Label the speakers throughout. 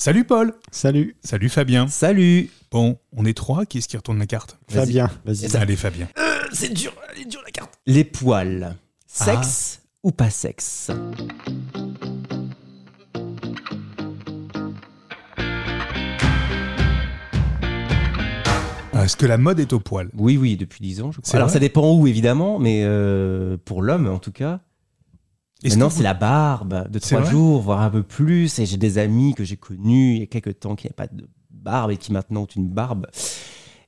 Speaker 1: Salut Paul
Speaker 2: Salut.
Speaker 1: Salut Fabien
Speaker 3: Salut
Speaker 1: Bon, on est trois, qui est-ce qui retourne la carte
Speaker 3: Vas-y.
Speaker 2: Fabien, vas-y.
Speaker 1: Allez Fabien.
Speaker 3: Euh, C'est dur, elle est dure la carte. Ah. Les poils. Sexe ou pas sexe
Speaker 1: Ah, Est-ce que la mode est au poil
Speaker 3: Oui, oui, depuis 10 ans, je
Speaker 1: C'est
Speaker 3: crois. Alors
Speaker 1: vrai
Speaker 3: ça dépend où, évidemment, mais euh, pour l'homme, en tout cas.
Speaker 1: Est-ce
Speaker 3: Maintenant,
Speaker 1: que
Speaker 3: c'est la barbe de
Speaker 1: C'est
Speaker 3: 3
Speaker 1: vrai
Speaker 3: jours, voire un peu plus. Et j'ai des amis que j'ai connus il y a quelques temps qui n'avaient pas de barbe et qui maintenant ont une barbe.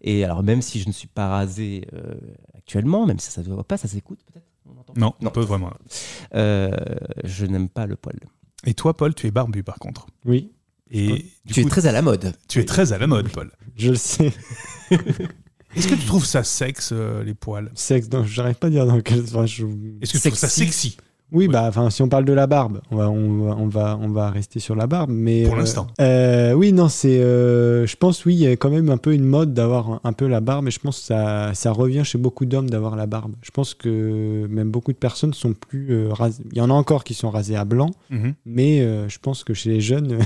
Speaker 3: Et alors, même si je ne suis pas rasé euh, actuellement, même si ça ne se voit pas, ça s'écoute peut-être On entend
Speaker 1: Non,
Speaker 3: Non.
Speaker 1: pas vraiment.
Speaker 3: Euh, je n'aime pas le poil.
Speaker 1: Et toi Paul, tu es barbu par contre.
Speaker 2: Oui,
Speaker 1: Et du
Speaker 3: tu
Speaker 1: coup,
Speaker 3: es très à la mode.
Speaker 1: tu es très à la mode Paul.
Speaker 2: je le sais.
Speaker 1: Est-ce que tu trouves ça sexe, euh, les poils
Speaker 2: Sexe, non, j'arrive pas à dire dans quel. enfin, je-
Speaker 1: Est-ce que tu trouves ça
Speaker 3: Sexy.
Speaker 1: sexy
Speaker 2: Oui, bah, enfin, si on parle de la barbe, on va, on va, on va, on va rester sur la barbe, mais.
Speaker 1: Pour
Speaker 2: euh,
Speaker 1: l'instant.
Speaker 2: euh, oui, non, c'est. euh, je pense, oui, il y a quand même un peu une mode d'avoir un, un peu la barbe, et je pense que ça, ça revient chez beaucoup d'hommes d'avoir la barbe. Je pense que même beaucoup de personnes sont plus euh, rasées. Il y en a encore qui sont rasées à blanc,
Speaker 1: Mhm.
Speaker 2: mais euh, je pense que chez les jeunes,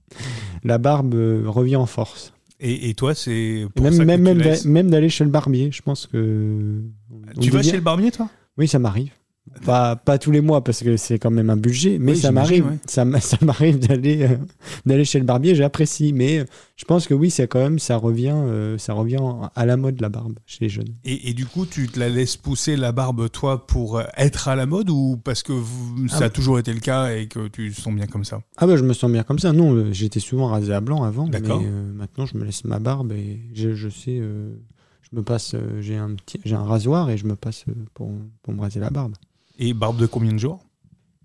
Speaker 2: la barbe euh, revient en force.
Speaker 1: et, et toi, c'est
Speaker 2: Et
Speaker 1: pour
Speaker 2: même
Speaker 1: ça que
Speaker 2: même,
Speaker 1: tu
Speaker 2: même,
Speaker 1: laisses-
Speaker 2: d'a- même d'aller chez le barbier, je pense que. on
Speaker 1: Tu vas
Speaker 2: devient-
Speaker 1: chez le barbier, toi
Speaker 2: Oui, ça m'arrive. Pas, pas tous les mois parce que c'est quand même un budget, mais
Speaker 1: Oui,
Speaker 2: ça
Speaker 1: j'imagine,
Speaker 2: m'arrive.
Speaker 1: ouais.
Speaker 2: Ça, m- ça m'arrive d'aller euh, d'aller chez le barbier, j'apprécie. Mais euh, je pense que oui, c'est quand même ça revient euh, ça revient en- à la mode la barbe chez les jeunes.
Speaker 1: et, et du coup, tu te la laisses pousser la barbe, toi, pour euh, être à la mode ou parce que vous-
Speaker 2: Ah
Speaker 1: ça a toujours été le cas et que tu sens bien comme ça
Speaker 2: Ah bah je me sens bien comme ça. Non, euh, j'étais souvent rasé à blanc avant, mais
Speaker 1: D'accord.
Speaker 2: euh, maintenant je me laisse ma barbe et je, je sais. euh, je me passe, euh, j'ai un petit, j'ai un rasoir et je me passe euh, pour, pour me raser la barbe.
Speaker 1: Et barbe de combien de jours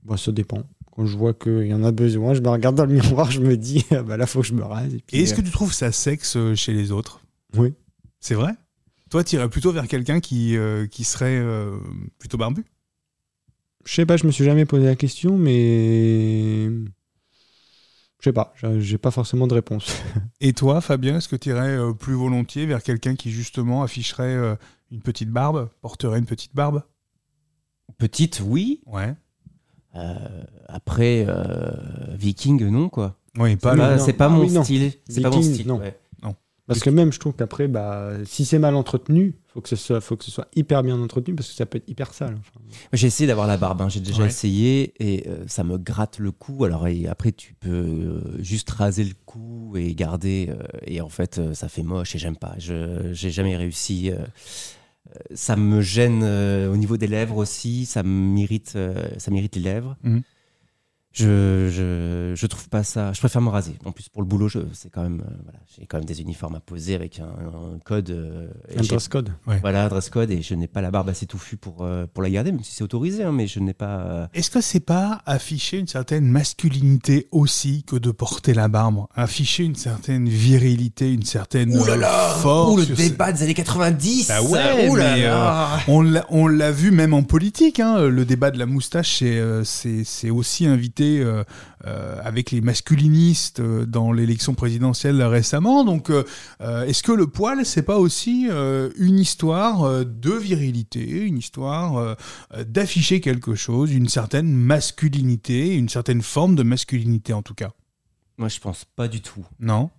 Speaker 2: Bon, Bah, ça dépend. Quand je vois qu'il y en a besoin, je me regarde dans le miroir, je me dis, ah bah là faut que je me rase. puis,
Speaker 1: Et est-ce
Speaker 2: euh,
Speaker 1: que tu trouves ça sexe euh, chez les autres
Speaker 2: Oui.
Speaker 1: C'est vrai Toi, tu irais plutôt vers quelqu'un qui, euh, qui serait euh, plutôt barbu
Speaker 2: Je sais pas, je me suis jamais posé la question, mais. Je sais pas, j'ai- j'ai pas forcément de réponse.
Speaker 1: Et toi, Fabien, est-ce que tu irais euh, plus volontiers vers quelqu'un qui, justement, afficherait euh, une petite barbe, porterait une petite barbe
Speaker 3: Petite, oui.
Speaker 1: Ouais.
Speaker 3: Euh, après, euh, viking, non, quoi.
Speaker 1: Oui, pas
Speaker 2: Ah,
Speaker 1: le-
Speaker 3: Bah,
Speaker 2: non.
Speaker 3: c'est pas
Speaker 2: Ah
Speaker 3: mon
Speaker 2: oui, non.
Speaker 3: style. C'est pas mon
Speaker 2: Viking,
Speaker 3: style.
Speaker 2: non.
Speaker 3: ouais.
Speaker 2: Parce que même, je trouve qu'après, bah, si c'est mal entretenu, faut que ce soit, faut que ce soit hyper bien entretenu parce que ça peut être hyper sale. enfin.
Speaker 3: J'ai essayé d'avoir la barbe. hein. J'ai déjà
Speaker 1: Ouais.
Speaker 3: essayé et euh, ça me gratte le cou. Alors et après, tu peux euh, juste raser le cou et garder. euh, et en fait, euh, ça fait moche et j'aime pas. Je j'ai jamais réussi. euh, euh, ça me gêne euh, au niveau des lèvres aussi. Ça m'irrite. euh, ça m'irrite les lèvres.
Speaker 1: Mhm.
Speaker 3: Je, je je trouve pas ça. Je préfère me raser. En plus pour le boulot, je c'est quand même euh, voilà. J'ai quand même des uniformes à poser avec un, un code. euh, et
Speaker 2: Un
Speaker 3: j'ai
Speaker 2: dress code.
Speaker 3: Voilà, dress code, et je n'ai pas la barbe assez touffue pour, euh, pour la garder, même si c'est autorisé, hein, mais je n'ai pas. euh,
Speaker 1: Est-ce que c'est pas afficher une certaine masculinité aussi que de porter la barbe Afficher une certaine virilité, une certaine euh, force sur ce-
Speaker 3: des années 90
Speaker 1: Bah ouais,
Speaker 3: oh là
Speaker 1: mais, euh,
Speaker 3: là.
Speaker 1: On l'a- on l'a vu même en politique, hein, le débat de la moustache, c'est, euh, c'est c'est aussi invité euh, euh, avec les masculinistes euh, dans l'élection présidentielle récemment. Donc, euh, euh, est-ce que le poil, c'est pas aussi euh, une histoire euh, de virilité, une histoire euh, euh, d'afficher quelque chose, une certaine masculinité, une certaine forme de masculinité en tout cas
Speaker 3: Moi, je pense pas du tout.
Speaker 1: Non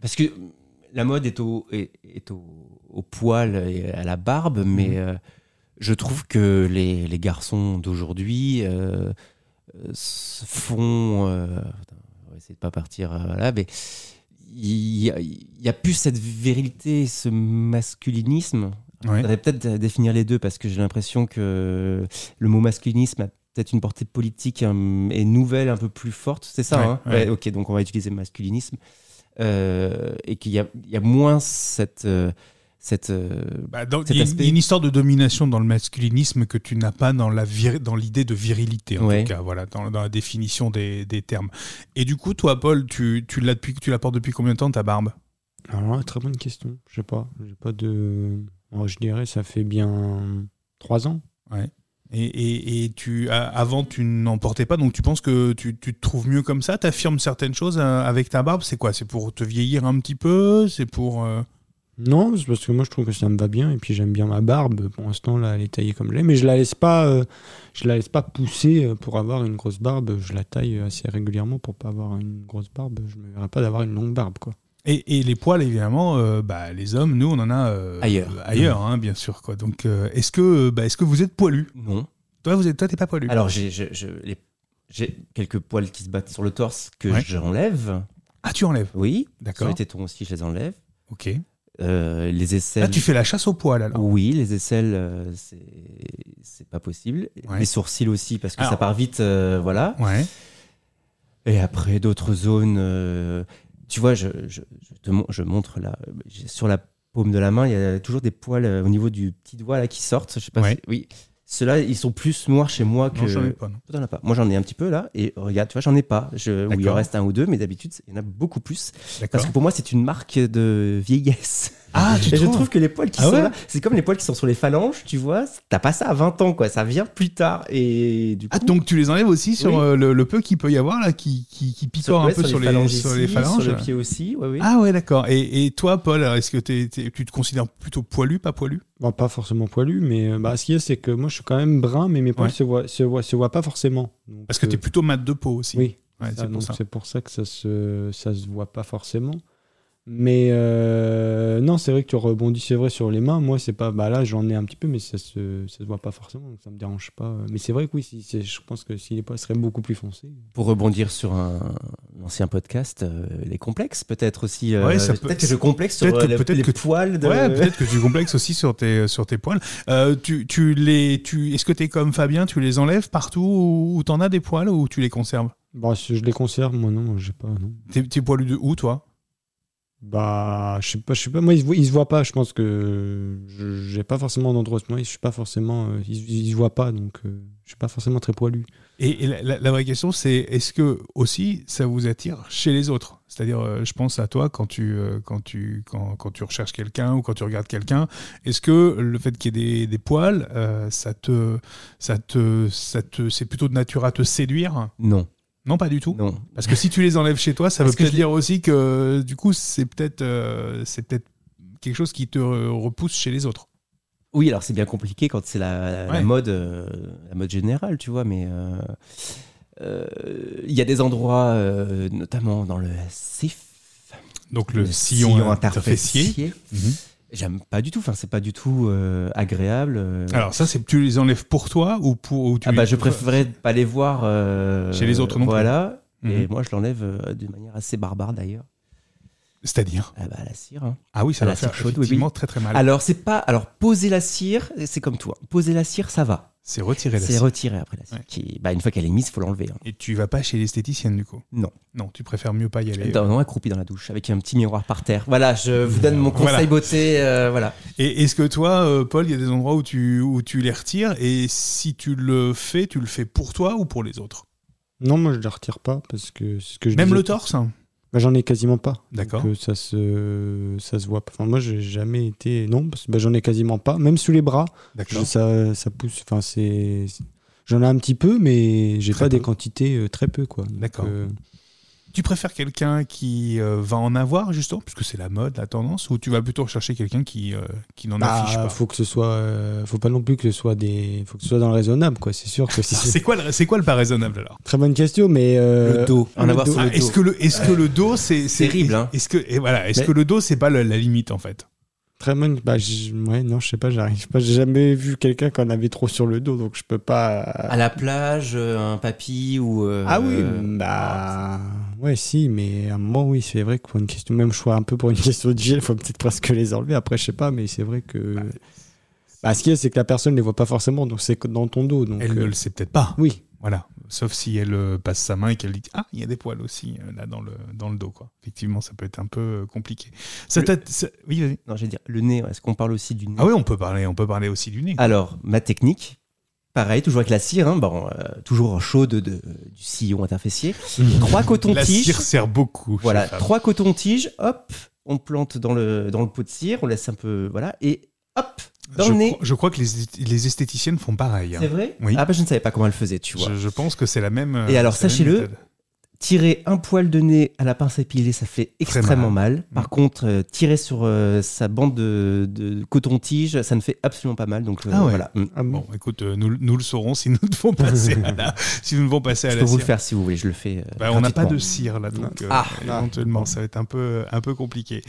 Speaker 3: Parce que euh, la mode est au, est, est au, au poil et à la barbe,
Speaker 1: Mhm.
Speaker 3: mais euh, je trouve que les, les garçons d'aujourd'hui euh, euh, se font. euh, putain, on va essayer de pas partir euh, là, mais il y, a- il y a plus cette virilité, ce masculinisme.
Speaker 1: Ouais.
Speaker 3: Il faudrait peut-être euh, définir les deux parce que j'ai l'impression que le mot masculinisme a peut-être une portée politique hum, et nouvelle un peu plus forte, c'est ça
Speaker 1: Ouais,
Speaker 3: hein
Speaker 1: ouais.
Speaker 3: Ouais, Ok, donc on va utiliser masculinisme Euh, et qu'il y a, il y a moins cette euh, cette euh,
Speaker 1: Bah, dans-
Speaker 3: Cet
Speaker 1: Il y a une-
Speaker 3: aspect-
Speaker 1: une histoire de domination dans le masculinisme que tu n'as pas dans la vir- dans l'idée de virilité, en
Speaker 3: Ouais.
Speaker 1: tout cas, voilà, dans, dans la définition des, des termes. Et du coup, toi, Paul, tu, tu l'as depuis, tu la portes depuis combien de temps ta barbe
Speaker 2: Alors là, très bonne question. Je sais pas. J'ai pas de. Oh, je dirais, ça fait bien trois ans.
Speaker 1: et, et, et tu a- avant, tu n'en portais pas, donc tu penses que tu, tu te trouves mieux comme ça T'affirmes certaines choses euh, avec ta barbe C'est quoi C'est pour te vieillir un petit peu C'est pour euh,
Speaker 2: Non, c'est parce que moi je trouve que ça me va bien et puis j'aime bien ma barbe. Pour l'instant, là, elle est taillée comme je l'ai, mais je la laisse pas, euh, je la laisse pas pousser euh, pour avoir une grosse barbe. Je la taille euh, assez régulièrement pour pas avoir une grosse barbe. Je me verrais pas d'avoir une longue barbe, quoi.
Speaker 1: Et, et les poils, évidemment, euh, bah, les hommes, nous, on en a euh,
Speaker 3: Ailleurs.
Speaker 1: euh, ailleurs hein, bien sûr. Quoi. Donc, euh, est-ce que, euh, bah, est-ce que vous êtes poilu
Speaker 3: Non.
Speaker 1: Toi, vous êtes, toi, t'es pas poilu.
Speaker 3: Alors, j'ai je- je- les- j'ai quelques poils qui se battent sur le torse que
Speaker 1: Ouais.
Speaker 3: j'enlève.
Speaker 1: ah, tu enlèves.
Speaker 3: Oui. Sur
Speaker 1: D'accord.
Speaker 3: les tétons aussi, je les enlève.
Speaker 1: Ok.
Speaker 3: Euh, les aisselles.
Speaker 1: Là, Ah, tu fais la chasse aux poils alors.
Speaker 3: Oui, les aisselles, euh, c'est c'est pas possible.
Speaker 1: Ouais.
Speaker 3: Les sourcils aussi, parce que
Speaker 1: Alors-
Speaker 3: ça part vite, euh, voilà.
Speaker 1: Ouais.
Speaker 3: Et après, d'autres zones. euh, tu vois, je, je, je te mon- je montre là. j'ai- Sur la paume de la main, il y a toujours des poils euh, au niveau du petit doigt là qui sortent. Je sais pas
Speaker 1: Ouais.
Speaker 3: si- oui. Ceux-là, ils sont plus noirs chez moi que.
Speaker 1: Non, j'en ai pas. non.
Speaker 3: Toi, t'en as pas. Moi, j'en ai un petit peu là. Et regarde, tu vois, j'en ai pas. Je, ou il en
Speaker 1: D'accord.
Speaker 3: reste un ou deux, mais d'habitude, il y en a beaucoup plus.
Speaker 1: D'accord.
Speaker 3: Parce que pour moi, c'est une marque de vieillesse.
Speaker 1: Ah, tu
Speaker 3: Et je
Speaker 1: trouves
Speaker 3: trouve que les poils qui
Speaker 1: Ah
Speaker 3: sont
Speaker 1: ouais
Speaker 3: là, c'est comme les poils qui sont sur les phalanges, tu vois. T'as pas ça à 20 ans, quoi. Ça vient plus tard. Et du coup.
Speaker 1: Ah, donc tu les enlèves aussi sur
Speaker 3: Oui.
Speaker 1: euh, le, le peu qu'il peut y avoir là, qui, qui, qui picore
Speaker 3: sur,
Speaker 1: un
Speaker 3: ouais,
Speaker 1: peu sur les,
Speaker 3: phalanges
Speaker 1: sur les
Speaker 3: ici,
Speaker 1: phalanges.
Speaker 3: Sur le pied aussi, ouais, oui.
Speaker 1: Ah ouais, d'accord. Et, et toi, Paul, alors, est-ce que t'es- t'es- tu te considères plutôt poilu, pas poilu
Speaker 2: Bon, pas forcément poilu, mais euh, bah, ce qu'il y a, c'est que moi je suis quand même brun, mais mes poils
Speaker 1: Ouais.
Speaker 2: se, voient, se, voient, se voient pas forcément. Donc,
Speaker 1: Parce que
Speaker 2: euh,
Speaker 1: t'es plutôt mat de peau aussi.
Speaker 2: Oui,
Speaker 1: Ouais,
Speaker 2: Ça,
Speaker 1: c'est pour
Speaker 2: donc
Speaker 1: ça.
Speaker 2: c'est pour ça que ça se, ça se voit pas forcément. Mais euh, non, c'est vrai que tu rebondis, c'est vrai, sur les mains. Moi, c'est pas. Bah là, j'en ai un petit peu, mais ça se, ça se voit pas forcément, donc ça me dérange pas. Mais c'est vrai que oui, si, c'est- je pense que si les poils seraient beaucoup plus foncés.
Speaker 3: Pour rebondir sur un, un ancien podcast, euh, les complexes, peut-être aussi. euh,
Speaker 1: Ouais, ça peut-
Speaker 3: peut-être que je complexe sur
Speaker 1: peut-être que-
Speaker 3: euh, les,
Speaker 1: peut-être
Speaker 3: les
Speaker 1: que-
Speaker 3: poils de.
Speaker 1: Ouais, peut-être que tu complexes aussi sur tes, sur tes poils. Euh, tu, tu les, tu, est-ce que t'es comme Fabien, tu les enlèves partout où où t'en as des poils ou tu les conserves
Speaker 2: Bah, si je les conserve, moi non, j'ai pas. Non.
Speaker 1: T'es t'es poilu de où, toi
Speaker 2: Bah, je sais pas, je sais pas. Moi, ils se voient, ils se voient pas. Je pense que je- j'ai pas forcément d'endroit. Moi, je suis pas forcément. euh, ils, ils se voient pas, donc euh, je suis pas forcément très poilu.
Speaker 1: Et, et la, la- la vraie question, c'est est-ce que aussi ça vous attire chez les autres C'est-à-dire, euh, je pense à toi quand tu, euh, quand tu, quand, quand tu recherches quelqu'un ou quand tu regardes quelqu'un, est-ce que le fait qu'il y ait des, des poils, euh, ça te, ça te, ça te, c'est plutôt de nature à te séduire
Speaker 3: Non.
Speaker 1: Non, pas du tout.
Speaker 3: Non.
Speaker 1: Parce que si tu les enlèves chez toi, ça veut
Speaker 3: Parce que
Speaker 1: peut-être
Speaker 3: je-
Speaker 1: dire aussi que euh, du coup, c'est peut-être, euh, c'est peut-être quelque chose qui te euh, repousse chez les autres.
Speaker 3: Oui, alors c'est bien compliqué quand c'est la, la
Speaker 1: Ouais.
Speaker 3: mode, euh, la mode générale, tu vois, mais euh, euh, il y a des endroits, euh, notamment dans le SIF,
Speaker 1: Donc le, sillon, interfessier. Mhm.
Speaker 3: J'aime pas du tout, enfin, c'est pas du tout euh, agréable. euh.
Speaker 1: Alors ça, c'est tu les enlèves pour toi ou pour ou tu
Speaker 3: ah bah, je
Speaker 1: préfère
Speaker 3: préférais pas les voir euh,
Speaker 1: Chez les autres non plus.
Speaker 3: Voilà, et
Speaker 1: Mhm.
Speaker 3: moi je l'enlève euh, de manière assez barbare d'ailleurs.
Speaker 1: C'est-à-dire
Speaker 3: Ah bah, la cire. hein.
Speaker 1: Ah oui, ça
Speaker 3: À
Speaker 1: va
Speaker 3: la
Speaker 1: faire
Speaker 3: cire chaude, oui,
Speaker 1: effectivement très très mal.
Speaker 3: Alors, c'est pas. Alors, poser la cire, c'est comme toi. Poser la cire, ça va.
Speaker 1: C'est retirer la
Speaker 3: C'est
Speaker 1: cire.
Speaker 3: retiré après la cire.
Speaker 1: Ouais.
Speaker 3: Qui, bah, une fois qu'elle est mise, faut l'enlever. hein.
Speaker 1: Et tu vas pas chez l'esthéticienne du coup
Speaker 3: Non.
Speaker 1: Non, tu préfères mieux pas y aller.
Speaker 3: Dans- non, accroupi dans la douche avec un petit miroir par terre. Voilà, je vous donne mon conseil
Speaker 1: Voilà.
Speaker 3: beauté. euh, voilà.
Speaker 1: Et est-ce que toi, euh, Paul, il y a des endroits où tu, où tu les retires et si tu le fais, tu le fais pour toi ou pour les autres
Speaker 2: Non, moi, je les retire pas parce que c'est ce que je
Speaker 1: Même
Speaker 2: disais
Speaker 1: le
Speaker 2: tout-
Speaker 1: torse hein
Speaker 2: Bah, j'en ai quasiment pas.
Speaker 1: D'accord.
Speaker 2: Donc, euh, ça se ça se voit pas. Enfin, moi j'ai jamais été non parce que bah, j'en ai quasiment pas. Même sous les bras, je-
Speaker 1: D'accord.
Speaker 2: ça ça pousse. Enfin c'est c'est- j'en ai un petit peu, mais j'ai
Speaker 1: Très
Speaker 2: pas des
Speaker 1: peu.
Speaker 2: quantités euh, très peu quoi. Donc,
Speaker 1: D'accord.
Speaker 2: euh,
Speaker 1: Tu préfères quelqu'un qui euh, va en avoir justement, puisque c'est la mode, la tendance, ou tu vas plutôt rechercher quelqu'un qui, euh, qui n'en
Speaker 2: bah,
Speaker 1: affiche pas
Speaker 2: faut que ce soit euh, faut pas non plus que ce soit des faut que ce soit dans le raisonnable quoi. C'est sûr que si
Speaker 1: Alors,
Speaker 2: c'est
Speaker 1: C'est quoi, le- c'est quoi le pas raisonnable alors
Speaker 2: très bonne question, mais euh,
Speaker 3: le dos. En
Speaker 2: le
Speaker 3: avoir
Speaker 2: dos.
Speaker 3: sur
Speaker 1: Ah,
Speaker 3: le dos.
Speaker 1: Est-ce que le, est-ce que le dos, c'est c'est-
Speaker 3: Terrible, hein.
Speaker 1: Est-ce que et voilà, est-ce
Speaker 2: Mais-
Speaker 1: que le dos, c'est pas la, la limite en fait
Speaker 2: Très bonne. Bah, j- ouais, non, je sais pas, j'arrive pas. J'ai jamais vu quelqu'un qui en avait trop sur le dos, donc je peux pas.
Speaker 3: À la plage, euh, un papy ou. euh,
Speaker 2: Ah oui,
Speaker 3: euh,
Speaker 2: bah ouais, si, mais à un moment, oui, c'est vrai que pour une question, même choix un peu pour une question de gel, il faut peut-être presque les enlever. Après, je sais pas, mais c'est vrai que. Bah, ce qu'il y a, c'est que la personne les voit pas forcément, donc c'est que dans ton dos. Donc,
Speaker 1: Elle ne
Speaker 2: euh,
Speaker 1: le sait peut-être pas.
Speaker 2: Oui,
Speaker 1: Voilà. Sauf si elle euh, passe sa main et qu'elle dit Ah, il y a des poils aussi euh, là dans le, dans le dos. Quoi. Effectivement, ça peut être un peu euh, compliqué. Ça
Speaker 3: Le-
Speaker 1: t'a- ça- Oui, vas-y.
Speaker 3: Non, je vais dire le nez. Est-ce qu'on parle aussi du nez
Speaker 1: Ah oui, on peut parler, on peut parler aussi du nez.
Speaker 3: Alors, ma technique, pareil, toujours avec la cire, hein, bon, euh, toujours chaude de, du sillon interfessier. trois
Speaker 1: Mmh. la
Speaker 3: cotons-tiges.
Speaker 1: cire sert beaucoup. chez
Speaker 3: Voilà,
Speaker 1: les femmes.
Speaker 3: trois cotons-tiges, hop, on plante dans le, dans le pot de cire, on laisse un peu. Voilà, et hop, dans
Speaker 1: je,
Speaker 3: le nez.
Speaker 1: crois- je crois que les, les esthéticiennes font pareil. hein.
Speaker 3: C'est vrai
Speaker 1: Oui.
Speaker 3: Ah bah je ne savais pas comment elle faisait, tu vois.
Speaker 1: Je, je pense que c'est la même. euh,
Speaker 3: Et alors,
Speaker 1: c'est la même
Speaker 3: sachez-le,
Speaker 1: méthode.
Speaker 3: tirer un poil de nez à la pince à épiler, ça fait extrêmement mal.
Speaker 1: Mmh.
Speaker 3: Par contre, euh, tirer sur euh, sa bande de, de coton-tige, ça ne fait absolument pas mal. Donc euh,
Speaker 1: Ah ouais.
Speaker 3: voilà, Mm.
Speaker 2: Ah bon
Speaker 1: Bon, écoute, euh, nous, nous le saurons si nous devons passer à la, si nous devons passer à
Speaker 3: je
Speaker 1: la
Speaker 3: peux vous le
Speaker 1: cire.
Speaker 3: faire si vous voulez. Je le fais. euh,
Speaker 1: Bah, on n'a pas
Speaker 3: gratuitement.
Speaker 1: de cire là, donc euh,
Speaker 3: Ah.
Speaker 1: éventuellement, ça va être un peu, un peu compliqué.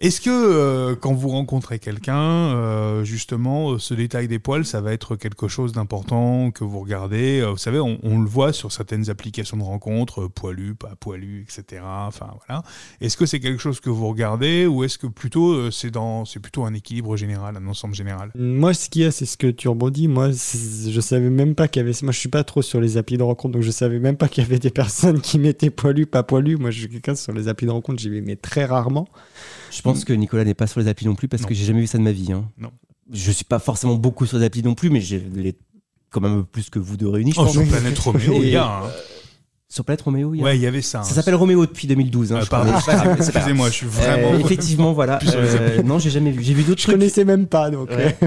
Speaker 1: Est-ce que euh, quand vous rencontrez quelqu'un, euh, justement, euh, ce détail des poils, ça va être quelque chose d'important que vous regardez Euh, Vous savez, on, on le voit sur certaines applications de rencontres, euh, poilu, pas poilu, etc. Enfin voilà. Est-ce que c'est quelque chose que vous regardez ou est-ce que plutôt euh, c'est dans, c'est plutôt un équilibre général, un ensemble général
Speaker 2: Moi, ce qu'il y a, c'est ce que tu rebondis. Moi, c'est- je savais même pas qu'il y avait. Moi, je suis pas trop sur les applis de rencontre, donc je savais même pas qu'il y avait des personnes qui mettaient poilu, pas poilu. Moi, je suis quelqu'un sur les applis de rencontre, j'y vais, mais très rarement.
Speaker 3: Je pense que Nicolas n'est pas sur les applis non plus parce
Speaker 1: Non.
Speaker 3: que j'ai jamais vu ça de ma vie. hein.
Speaker 1: Non.
Speaker 3: Je suis pas forcément beaucoup sur les applis non plus, mais j'ai les- quand même plus que vous deux réunis. Je
Speaker 1: Oh,
Speaker 3: pense.
Speaker 1: sur Planète Roméo, il y a. un- hein.
Speaker 3: Sur Planète Roméo, il y a-
Speaker 1: Ouais, il y avait ça. hein.
Speaker 3: Ça s'appelle Roméo depuis 2012. hein,
Speaker 1: Ah,
Speaker 3: je
Speaker 1: pardon,
Speaker 3: crois, mais c'est pas grave, c'est pas grave.
Speaker 1: Excusez-moi, je suis
Speaker 3: Euh,
Speaker 1: vraiment.
Speaker 3: effectivement, voilà.
Speaker 1: Plus sur les
Speaker 3: Euh, non, j'ai jamais vu. J'ai vu d'autres
Speaker 2: Je
Speaker 3: trucs.
Speaker 2: connaissais même pas, donc. euh.
Speaker 3: Ouais.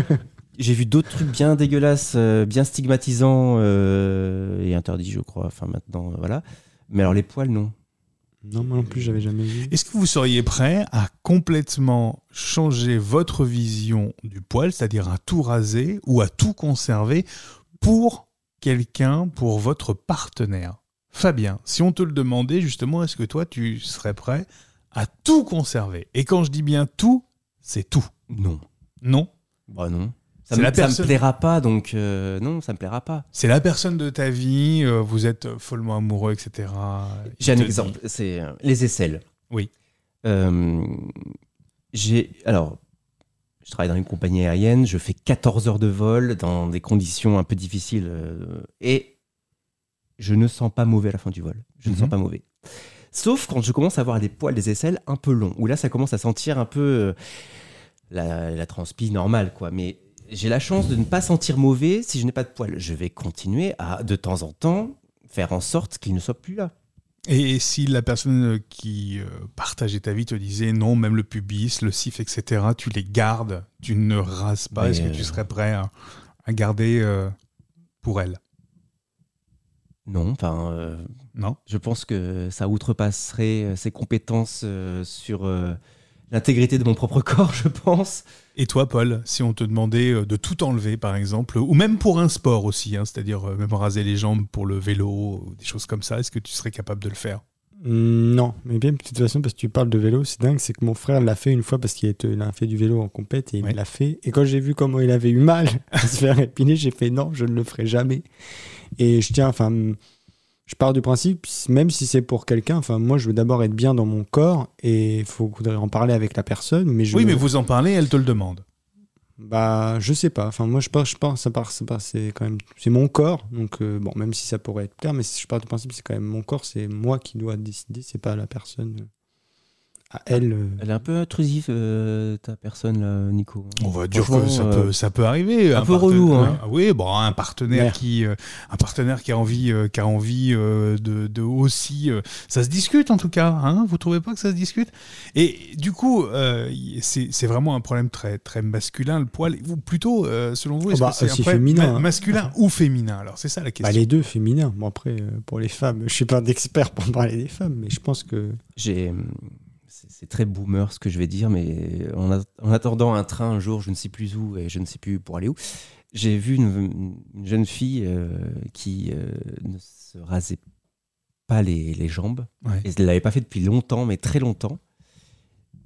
Speaker 3: J'ai vu d'autres trucs bien dégueulasses, euh, bien stigmatisants euh, et interdits, je crois. Enfin, maintenant, euh, voilà. Mais alors, les poils, non.
Speaker 2: Non, moi non plus, j'avais jamais vu.
Speaker 1: Est-ce que vous seriez prêt à complètement changer votre vision du poil, c'est-à-dire à tout raser ou à tout conserver pour quelqu'un, pour votre partenaire Fabien, si on te le demandait justement, est-ce que toi tu serais prêt à tout conserver Et quand je dis bien tout, c'est tout.
Speaker 3: Non.
Speaker 1: Non
Speaker 3: Bah, non. Ça
Speaker 1: C'est
Speaker 3: me,
Speaker 1: la
Speaker 3: ça me
Speaker 1: personne-
Speaker 3: plaira pas, donc euh, non, ça me plaira pas.
Speaker 1: C'est la personne de ta vie, euh, vous êtes follement amoureux, etc. Il
Speaker 3: J'ai un
Speaker 1: te dit-
Speaker 3: exemple, c'est euh, les aisselles.
Speaker 1: Oui.
Speaker 3: Euh, j'ai alors, je travaille dans une compagnie aérienne, je fais 14 heures de vol dans des conditions un peu difficiles euh, et je ne sens pas mauvais à la fin du vol. Je ne
Speaker 1: Mhm.
Speaker 3: sens pas mauvais. Sauf quand je commence à avoir des poils des aisselles un peu longs, où là ça commence à sentir un peu euh, la, la transpi normale, quoi. Mais j'ai la chance de ne pas sentir mauvais si je n'ai pas de poils. Je vais continuer à, de temps en temps, faire en sorte qu'ils ne soient plus là.
Speaker 1: Et si la personne qui euh, partageait ta vie te disait non, même le pubis, le cif, etc., tu les gardes, tu ne rases pas,
Speaker 3: Mais,
Speaker 1: est-ce que
Speaker 3: euh,
Speaker 1: tu serais prêt à, à garder euh, pour elle
Speaker 3: Non, enfin, euh,
Speaker 1: Non
Speaker 3: je pense que ça outrepasserait euh, ses compétences euh, sur euh, l'intégrité de mon propre corps, je pense.
Speaker 1: Et toi, Paul, si on te demandait euh, de tout enlever, par exemple, ou même pour un sport aussi, hein, c'est-à-dire euh, même raser les jambes pour le vélo, ou des choses comme ça, est-ce que tu serais capable de le faire
Speaker 2: Hum, Non, mais bien, de toute façon, parce que tu parles de vélo, c'est dingue, c'est que mon frère l'a fait une fois parce qu'il était- il a fait du vélo en compète et
Speaker 1: Ouais.
Speaker 2: il l'a fait. Et quand j'ai vu comment il avait eu mal à se faire épiler, j'ai fait non, je ne le ferai jamais. Et je tiens, enfin, je pars du principe, même si c'est pour quelqu'un, enfin, moi, je veux d'abord être bien dans mon corps et il faudrait en parler avec la personne. Mais je
Speaker 1: Oui,
Speaker 2: ne-
Speaker 1: mais vous en parlez, elle te le demande.
Speaker 2: bah, je sais pas. Enfin, moi, je pense, je pense, ça part, ça part- c'est quand même, c'est mon corps. Donc, euh, bon, même si ça pourrait être clair, mais si je pars du principe, c'est quand même mon corps, c'est moi qui dois décider, c'est pas la personne. euh, À
Speaker 1: Ah.
Speaker 2: elle. euh.
Speaker 3: Elle est un peu intrusive, euh, ta personne, là, Nico.
Speaker 1: On va dire que
Speaker 3: Franchement,
Speaker 1: ça,
Speaker 3: euh,
Speaker 1: peut, ça peut arriver.
Speaker 3: un peu relou, hein.
Speaker 1: un- Ah Oui, bon, un partenaire
Speaker 2: Merde.
Speaker 1: qui, euh, un partenaire qui a envie, euh, qui a envie euh, de, de aussi. euh, ça se discute en tout cas. Hein Vous trouvez pas que ça se discute Et du coup, euh, y- c'est c'est vraiment un problème très très masculin le poil. Ou plutôt, euh, selon vous,
Speaker 2: Oh
Speaker 1: est-ce
Speaker 2: bah,
Speaker 1: que c'est un
Speaker 2: c'est
Speaker 1: problème
Speaker 2: féminin,
Speaker 1: ma-
Speaker 2: hein.
Speaker 1: masculin ou féminin Alors c'est ça la
Speaker 2: Bah,
Speaker 1: question.
Speaker 2: les deux féminins. Bon, après, euh, pour les femmes, je suis pas d'expert pour parler des femmes, mais je pense que.
Speaker 3: J'ai. euh, C'est c'est très boomer ce que je vais dire, mais euh, en, a- en attendant un train un jour, je ne sais plus où et je ne sais plus pour aller où, j'ai vu une, une jeune fille euh, qui euh, ne se rasait pas les, les jambes.
Speaker 1: Ouais.
Speaker 3: Et elle l'avait pas fait depuis longtemps, mais très longtemps,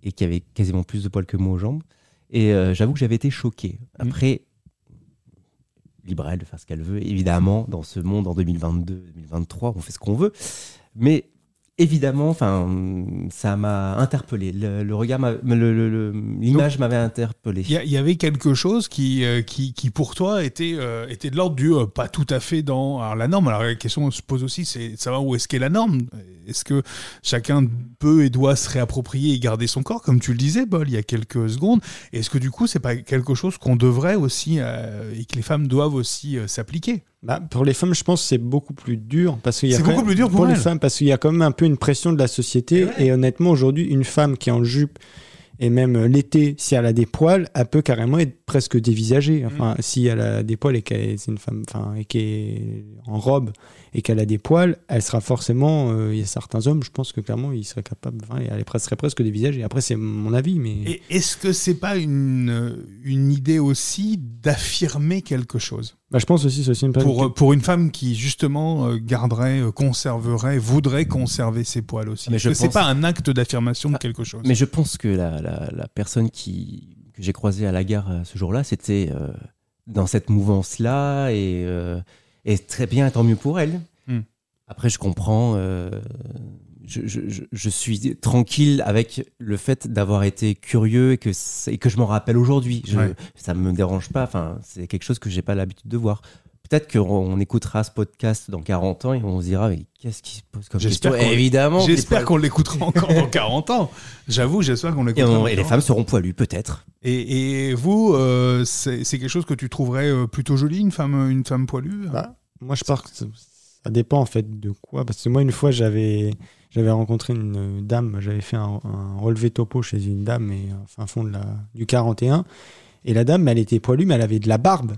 Speaker 3: et qui avait quasiment plus de poils que moi aux jambes. Et euh, j'avoue que j'avais été choqué. Après, libre à elle de faire ce qu'elle veut. Évidemment, dans ce monde en 2022-2023, on fait ce qu'on veut. Mais évidemment, enfin, ça m'a interpellé. Le, le regard, m'a- le- le- le- l'image m'avait interpellé.
Speaker 1: Il y, a- il y avait quelque chose qui, euh, qui, qui pour toi était, euh, était de l'ordre du euh, pas tout à fait dans alors, la norme. Alors la question qu'on se pose aussi, c'est de savoir où est-ce qu'est la norme. Est-ce que chacun peut et doit se réapproprier et garder son corps, comme tu le disais, Paul, il y a quelques secondes Est-ce que du coup, c'est pas quelque chose qu'on devrait aussi euh, et que les femmes doivent aussi euh, s'appliquer
Speaker 2: Bah, pour les femmes, je pense que c'est beaucoup plus dur. parce qu'il y a
Speaker 1: C'est
Speaker 2: quand
Speaker 1: beaucoup
Speaker 2: même-
Speaker 1: plus dur pour
Speaker 2: les
Speaker 1: elles.
Speaker 2: femmes, parce qu'il y a quand même un peu une pression de la société. Et honnêtement, aujourd'hui, une femme qui est en jupe Et même euh, l'été, si elle a des poils, elle peut carrément être presque
Speaker 1: Mm.
Speaker 2: dévisagée. Enfin, si elle a des poils et qu'elle c'est une femme, enfin, et qu'elle est en robe et qu'elle a des poils, elle sera forcément. euh, Il y a certains hommes, je pense que clairement, ils seraient capables. Enfin, elle est pres- serait presque dévisagée. Après, c'est mon avis, mais.
Speaker 1: Et est-ce que c'est pas une, une idée aussi d'affirmer quelque chose
Speaker 2: Bah, je pense aussi, c'est aussi une période
Speaker 1: pour, pour une femme qui justement euh, garderait, euh, conserverait, voudrait conserver ses poils aussi.
Speaker 3: Mais
Speaker 1: Est-ce
Speaker 3: je
Speaker 1: que c'est
Speaker 3: pense-
Speaker 1: pas un acte d'affirmation de quelque chose
Speaker 3: Mais je pense que la, la- la personne qui, que j'ai croisée à la gare euh, ce jour-là, c'était euh, dans cette mouvance-là et, euh, et très bien, tant mieux pour elle.
Speaker 1: Hmm.
Speaker 3: Après, je comprends, euh, je, je- je- je suis tranquille avec le fait d'avoir été curieux et que, c'est- et que je m'en rappelle aujourd'hui. Je-
Speaker 1: Ouais.
Speaker 3: Ça me dérange pas, enfin, c'est quelque chose que j'ai pas l'habitude de voir. Peut-être qu'on on écoutera ce podcast dans 40 ans et on se dira, mais qu'est-ce qui se pose comme
Speaker 1: J'espère
Speaker 3: question
Speaker 1: qu'on-
Speaker 3: Évidemment. que les
Speaker 1: J'espère qu'on l'écoutera encore dans 40 ans. J'avoue, j'espère qu'on
Speaker 3: Et,
Speaker 1: l'écoutera.
Speaker 3: on-
Speaker 1: dans
Speaker 3: et les
Speaker 1: 40 ans.
Speaker 3: femmes seront poilues, peut-être.
Speaker 1: Et, et vous, euh, c'est c'est quelque chose que tu trouverais euh, plutôt joli, une femme, une femme poilue
Speaker 2: Bah, Moi, je pars. que Ça ça dépend en fait de quoi. Parce que moi, une fois, j'avais j'avais rencontré une euh, dame. J'avais fait un, un relevé topo chez une dame et euh, fin fond de la, du 41. Et la dame, elle était poilue, mais elle avait de la barbe.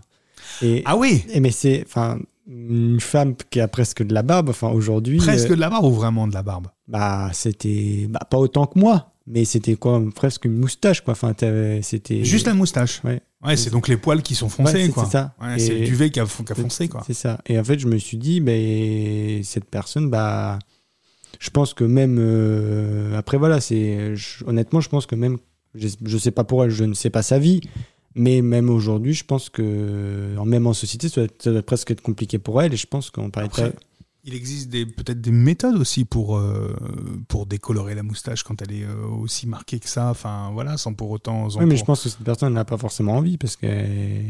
Speaker 2: Et,
Speaker 1: Ah oui
Speaker 2: et mais c'est enfin une femme qui a presque de la barbe. Enfin aujourd'hui,
Speaker 1: Presque
Speaker 2: euh,
Speaker 1: de la barbe ou vraiment de la barbe
Speaker 2: bah c'était bah, pas autant que moi, mais c'était quoi presque une moustache quoi. Enfin t'avais- c'était
Speaker 1: Juste la moustache
Speaker 2: Ouais.
Speaker 1: Ouais, c'est donc les poils qui sont foncés,
Speaker 2: Ouais, c'est-
Speaker 1: quoi.
Speaker 2: c'est ça.
Speaker 1: Ouais,
Speaker 2: Et-
Speaker 1: c'est le duvet qui a, qui a foncé, quoi.
Speaker 2: C'est ça. Et en fait, je me suis dit, ben, cette personne, bah, je pense que même. euh, après, voilà, c'est je- honnêtement, je pense que même. Je, je sais pas pour elle, je ne sais pas sa vie. Mais même aujourd'hui, je pense que, en- même en société, ça doit, ça doit presque être compliqué pour elle. Et je pense qu'on parlait
Speaker 1: Après, Il existe des- peut-être des méthodes aussi pour, euh, pour décolorer la moustache quand elle est euh, aussi marquée que ça. Enfin, voilà, sans pour autant. sans
Speaker 2: Oui, mais
Speaker 1: pour-
Speaker 2: je pense que cette personne n'a pas forcément envie parce que.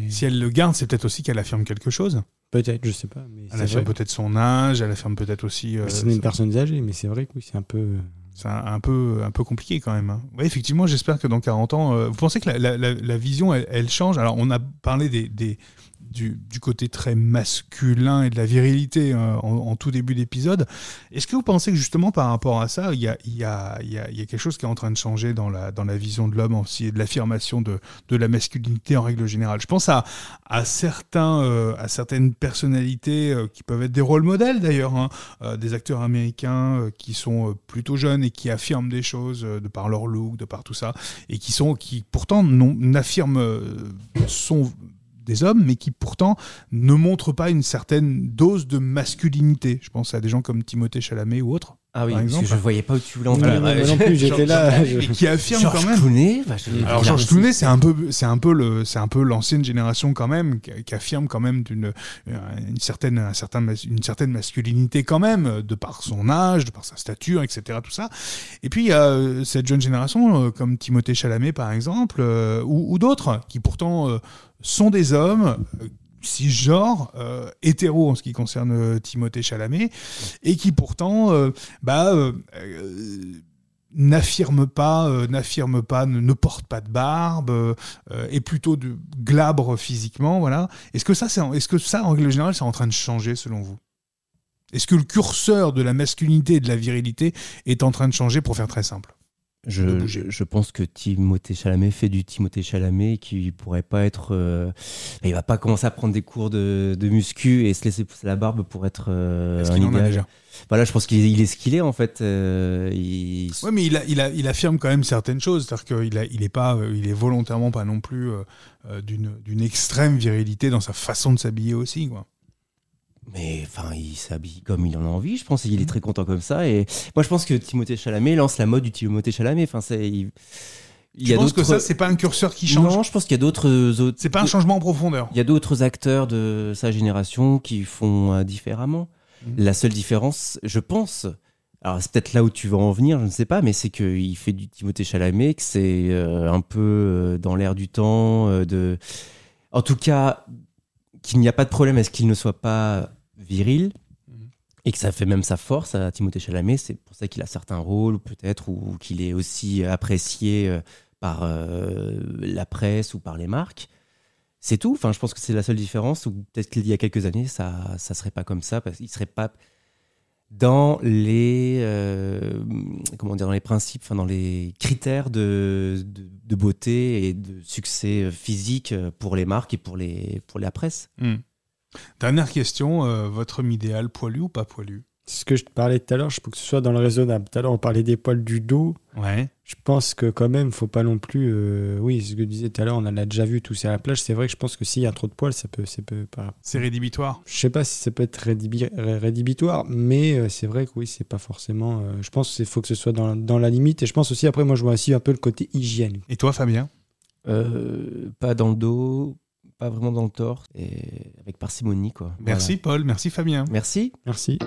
Speaker 1: Si elle le garde, c'est peut-être aussi qu'elle affirme quelque chose.
Speaker 2: Peut-être, je sais pas. Mais
Speaker 1: Elle
Speaker 2: c'est
Speaker 1: affirme
Speaker 2: vrai.
Speaker 1: peut-être son âge, elle affirme peut-être aussi. euh,
Speaker 2: C'est une personne âgée, mais c'est vrai que oui, c'est un peu.
Speaker 1: C'est un, un peu, un peu compliqué quand même. hein. Ouais, effectivement, j'espère que dans 40 ans, euh, vous pensez que la, la- la- la vision, elle, elle change Alors, on a parlé des, des- du, du côté très masculin et de la virilité euh, en, en tout début d'épisode. Est-ce que vous pensez que justement, par rapport à ça, il y a, il y a- il y a- il y a quelque chose qui est en train de changer dans la, dans la vision de l'homme aussi et de l'affirmation de, de la masculinité en règle générale Je pense à, à, certains, euh, à certaines personnalités euh, qui peuvent être des rôles modèles d'ailleurs. hein euh, des acteurs américains euh, qui sont euh, plutôt jeunes et qui affirment des choses euh, de par leur look, de par tout ça, et qui sont qui pourtant non- n'affirment euh, sont des hommes, mais qui pourtant ne montrent pas une certaine dose de masculinité. Je pense à des gens comme Timothée Chalamet ou autres,
Speaker 3: Ah oui,
Speaker 1: par
Speaker 3: parce que
Speaker 1: exemple.
Speaker 3: je voyais pas où tu voulais en
Speaker 2: Non,
Speaker 3: venir.
Speaker 2: non,
Speaker 3: Ouais,
Speaker 2: non
Speaker 3: je-
Speaker 2: plus, j'étais là. je-
Speaker 1: mais qui affirment
Speaker 3: Georges
Speaker 1: quand même.
Speaker 3: Clooney, bah, je-
Speaker 1: Alors Georges
Speaker 3: Merci.
Speaker 1: Clooney, c'est un peu, c'est un peu le, c'est un peu l'ancienne génération quand même qui, qui affirme quand même d'une euh, une certaine, un certain mas- une certaine masculinité quand même euh, de par son âge, de par sa stature, etc. Tout ça. Et puis il y a euh, cette jeune génération euh, comme Timothée Chalamet par exemple euh, ou, ou d'autres qui pourtant euh, sont des hommes. euh, cisgenres, euh, hétéros en ce qui concerne euh, Timothée Chalamet, et qui pourtant euh, bah, euh, euh, n'affirme pas, euh, n'affirme pas, ne, ne porte pas de barbe, euh, euh, est plutôt de glabre physiquement, voilà. Est-ce que ça, c'est, en- est-ce que ça, en règle générale, c'est en train de changer selon vous Est-ce que le curseur de la masculinité et de la virilité est en train de changer, pour faire très simple de
Speaker 3: Je,
Speaker 1: bouger.
Speaker 3: je, je pense que Timothée Chalamet fait du Timothée Chalamet qui pourrait pas être. euh, il va pas commencer à prendre des cours de, de muscu et se laisser pousser la barbe pour être euh,
Speaker 1: Est-ce
Speaker 3: un
Speaker 1: qu'il en a
Speaker 3: idéal.
Speaker 1: déjà
Speaker 3: Voilà, je pense qu'il il est ce qu'il est en fait. euh, il-
Speaker 1: Oui, mais il, a- il, a- il affirme quand même certaines choses, c'est-à-dire qu'il a- il est pas, euh, il est volontairement pas non plus euh, euh, d'une, d'une extrême virilité dans sa façon de s'habiller aussi, quoi.
Speaker 3: Mais enfin, il s'habille comme il en a envie, je pense. et Il est très content comme ça. Et moi, je pense que Timothée Chalamet lance la mode du Timothée Chalamet. Enfin, c'est. Il, il
Speaker 1: Je pense que
Speaker 3: d'autres-
Speaker 1: ça, c'est pas un curseur qui change.
Speaker 3: Non, je pense qu'il y a d'autres. autres-
Speaker 1: C'est pas un changement en profondeur.
Speaker 3: Il y a d'autres acteurs de sa génération qui font euh, différemment.
Speaker 1: Mhm.
Speaker 3: La seule différence, je pense, alors c'est peut-être là où tu vas en venir, je ne sais pas, mais c'est qu'il fait du Timothée Chalamet, que c'est euh, un peu euh, dans l'air du temps, euh, de... en tout cas, qu'il n'y a pas de problème à ce qu'il ne soit pas viril.
Speaker 1: Mhm.
Speaker 3: Et que ça fait même sa force à Timothée Chalamet, c'est pour ça qu'il a certains rôles peut-être, ou qu'il est aussi apprécié euh, par euh, la presse ou par les marques. C'est tout. Enfin, je pense que c'est la seule différence. Ou peut-être qu'il y a quelques années, ça, ça serait pas comme ça parce qu'il serait pas. dans les euh, comment dire dans les principes, enfin dans les critères de, de, de beauté et de succès euh, physique pour les marques et pour les pour la presse.
Speaker 1: Hmm. Dernière question, euh, votre homme idéal, poilu ou pas poilu
Speaker 2: C'est ce que je te parlais tout à l'heure, je pense que ce soit dans le raisonnable. Tout à l'heure, on parlait des poils du dos.
Speaker 1: Ouais.
Speaker 2: Je pense que quand même, faut pas non plus. euh, oui, ce que je disais tout à l'heure, on en a déjà vu tous à la plage. C'est vrai que je pense que s'il y a trop de poils, ça peut, ça peut pas.
Speaker 1: C'est rédhibitoire.
Speaker 2: Je sais pas si ça peut être rédibi- ré- rédhibitoire, mais euh, c'est vrai que oui, c'est pas forcément. euh, je pense qu'il faut que ce soit dans, dans la limite. Et je pense aussi, après, moi, je vois aussi un peu le côté hygiène.
Speaker 1: Et toi, Fabien
Speaker 3: Euh, pas dans le dos, pas vraiment dans le torse, et avec parcimonie quoi.
Speaker 1: Merci, Paul. Merci, Fabien.
Speaker 3: Voilà. Merci.
Speaker 2: Merci.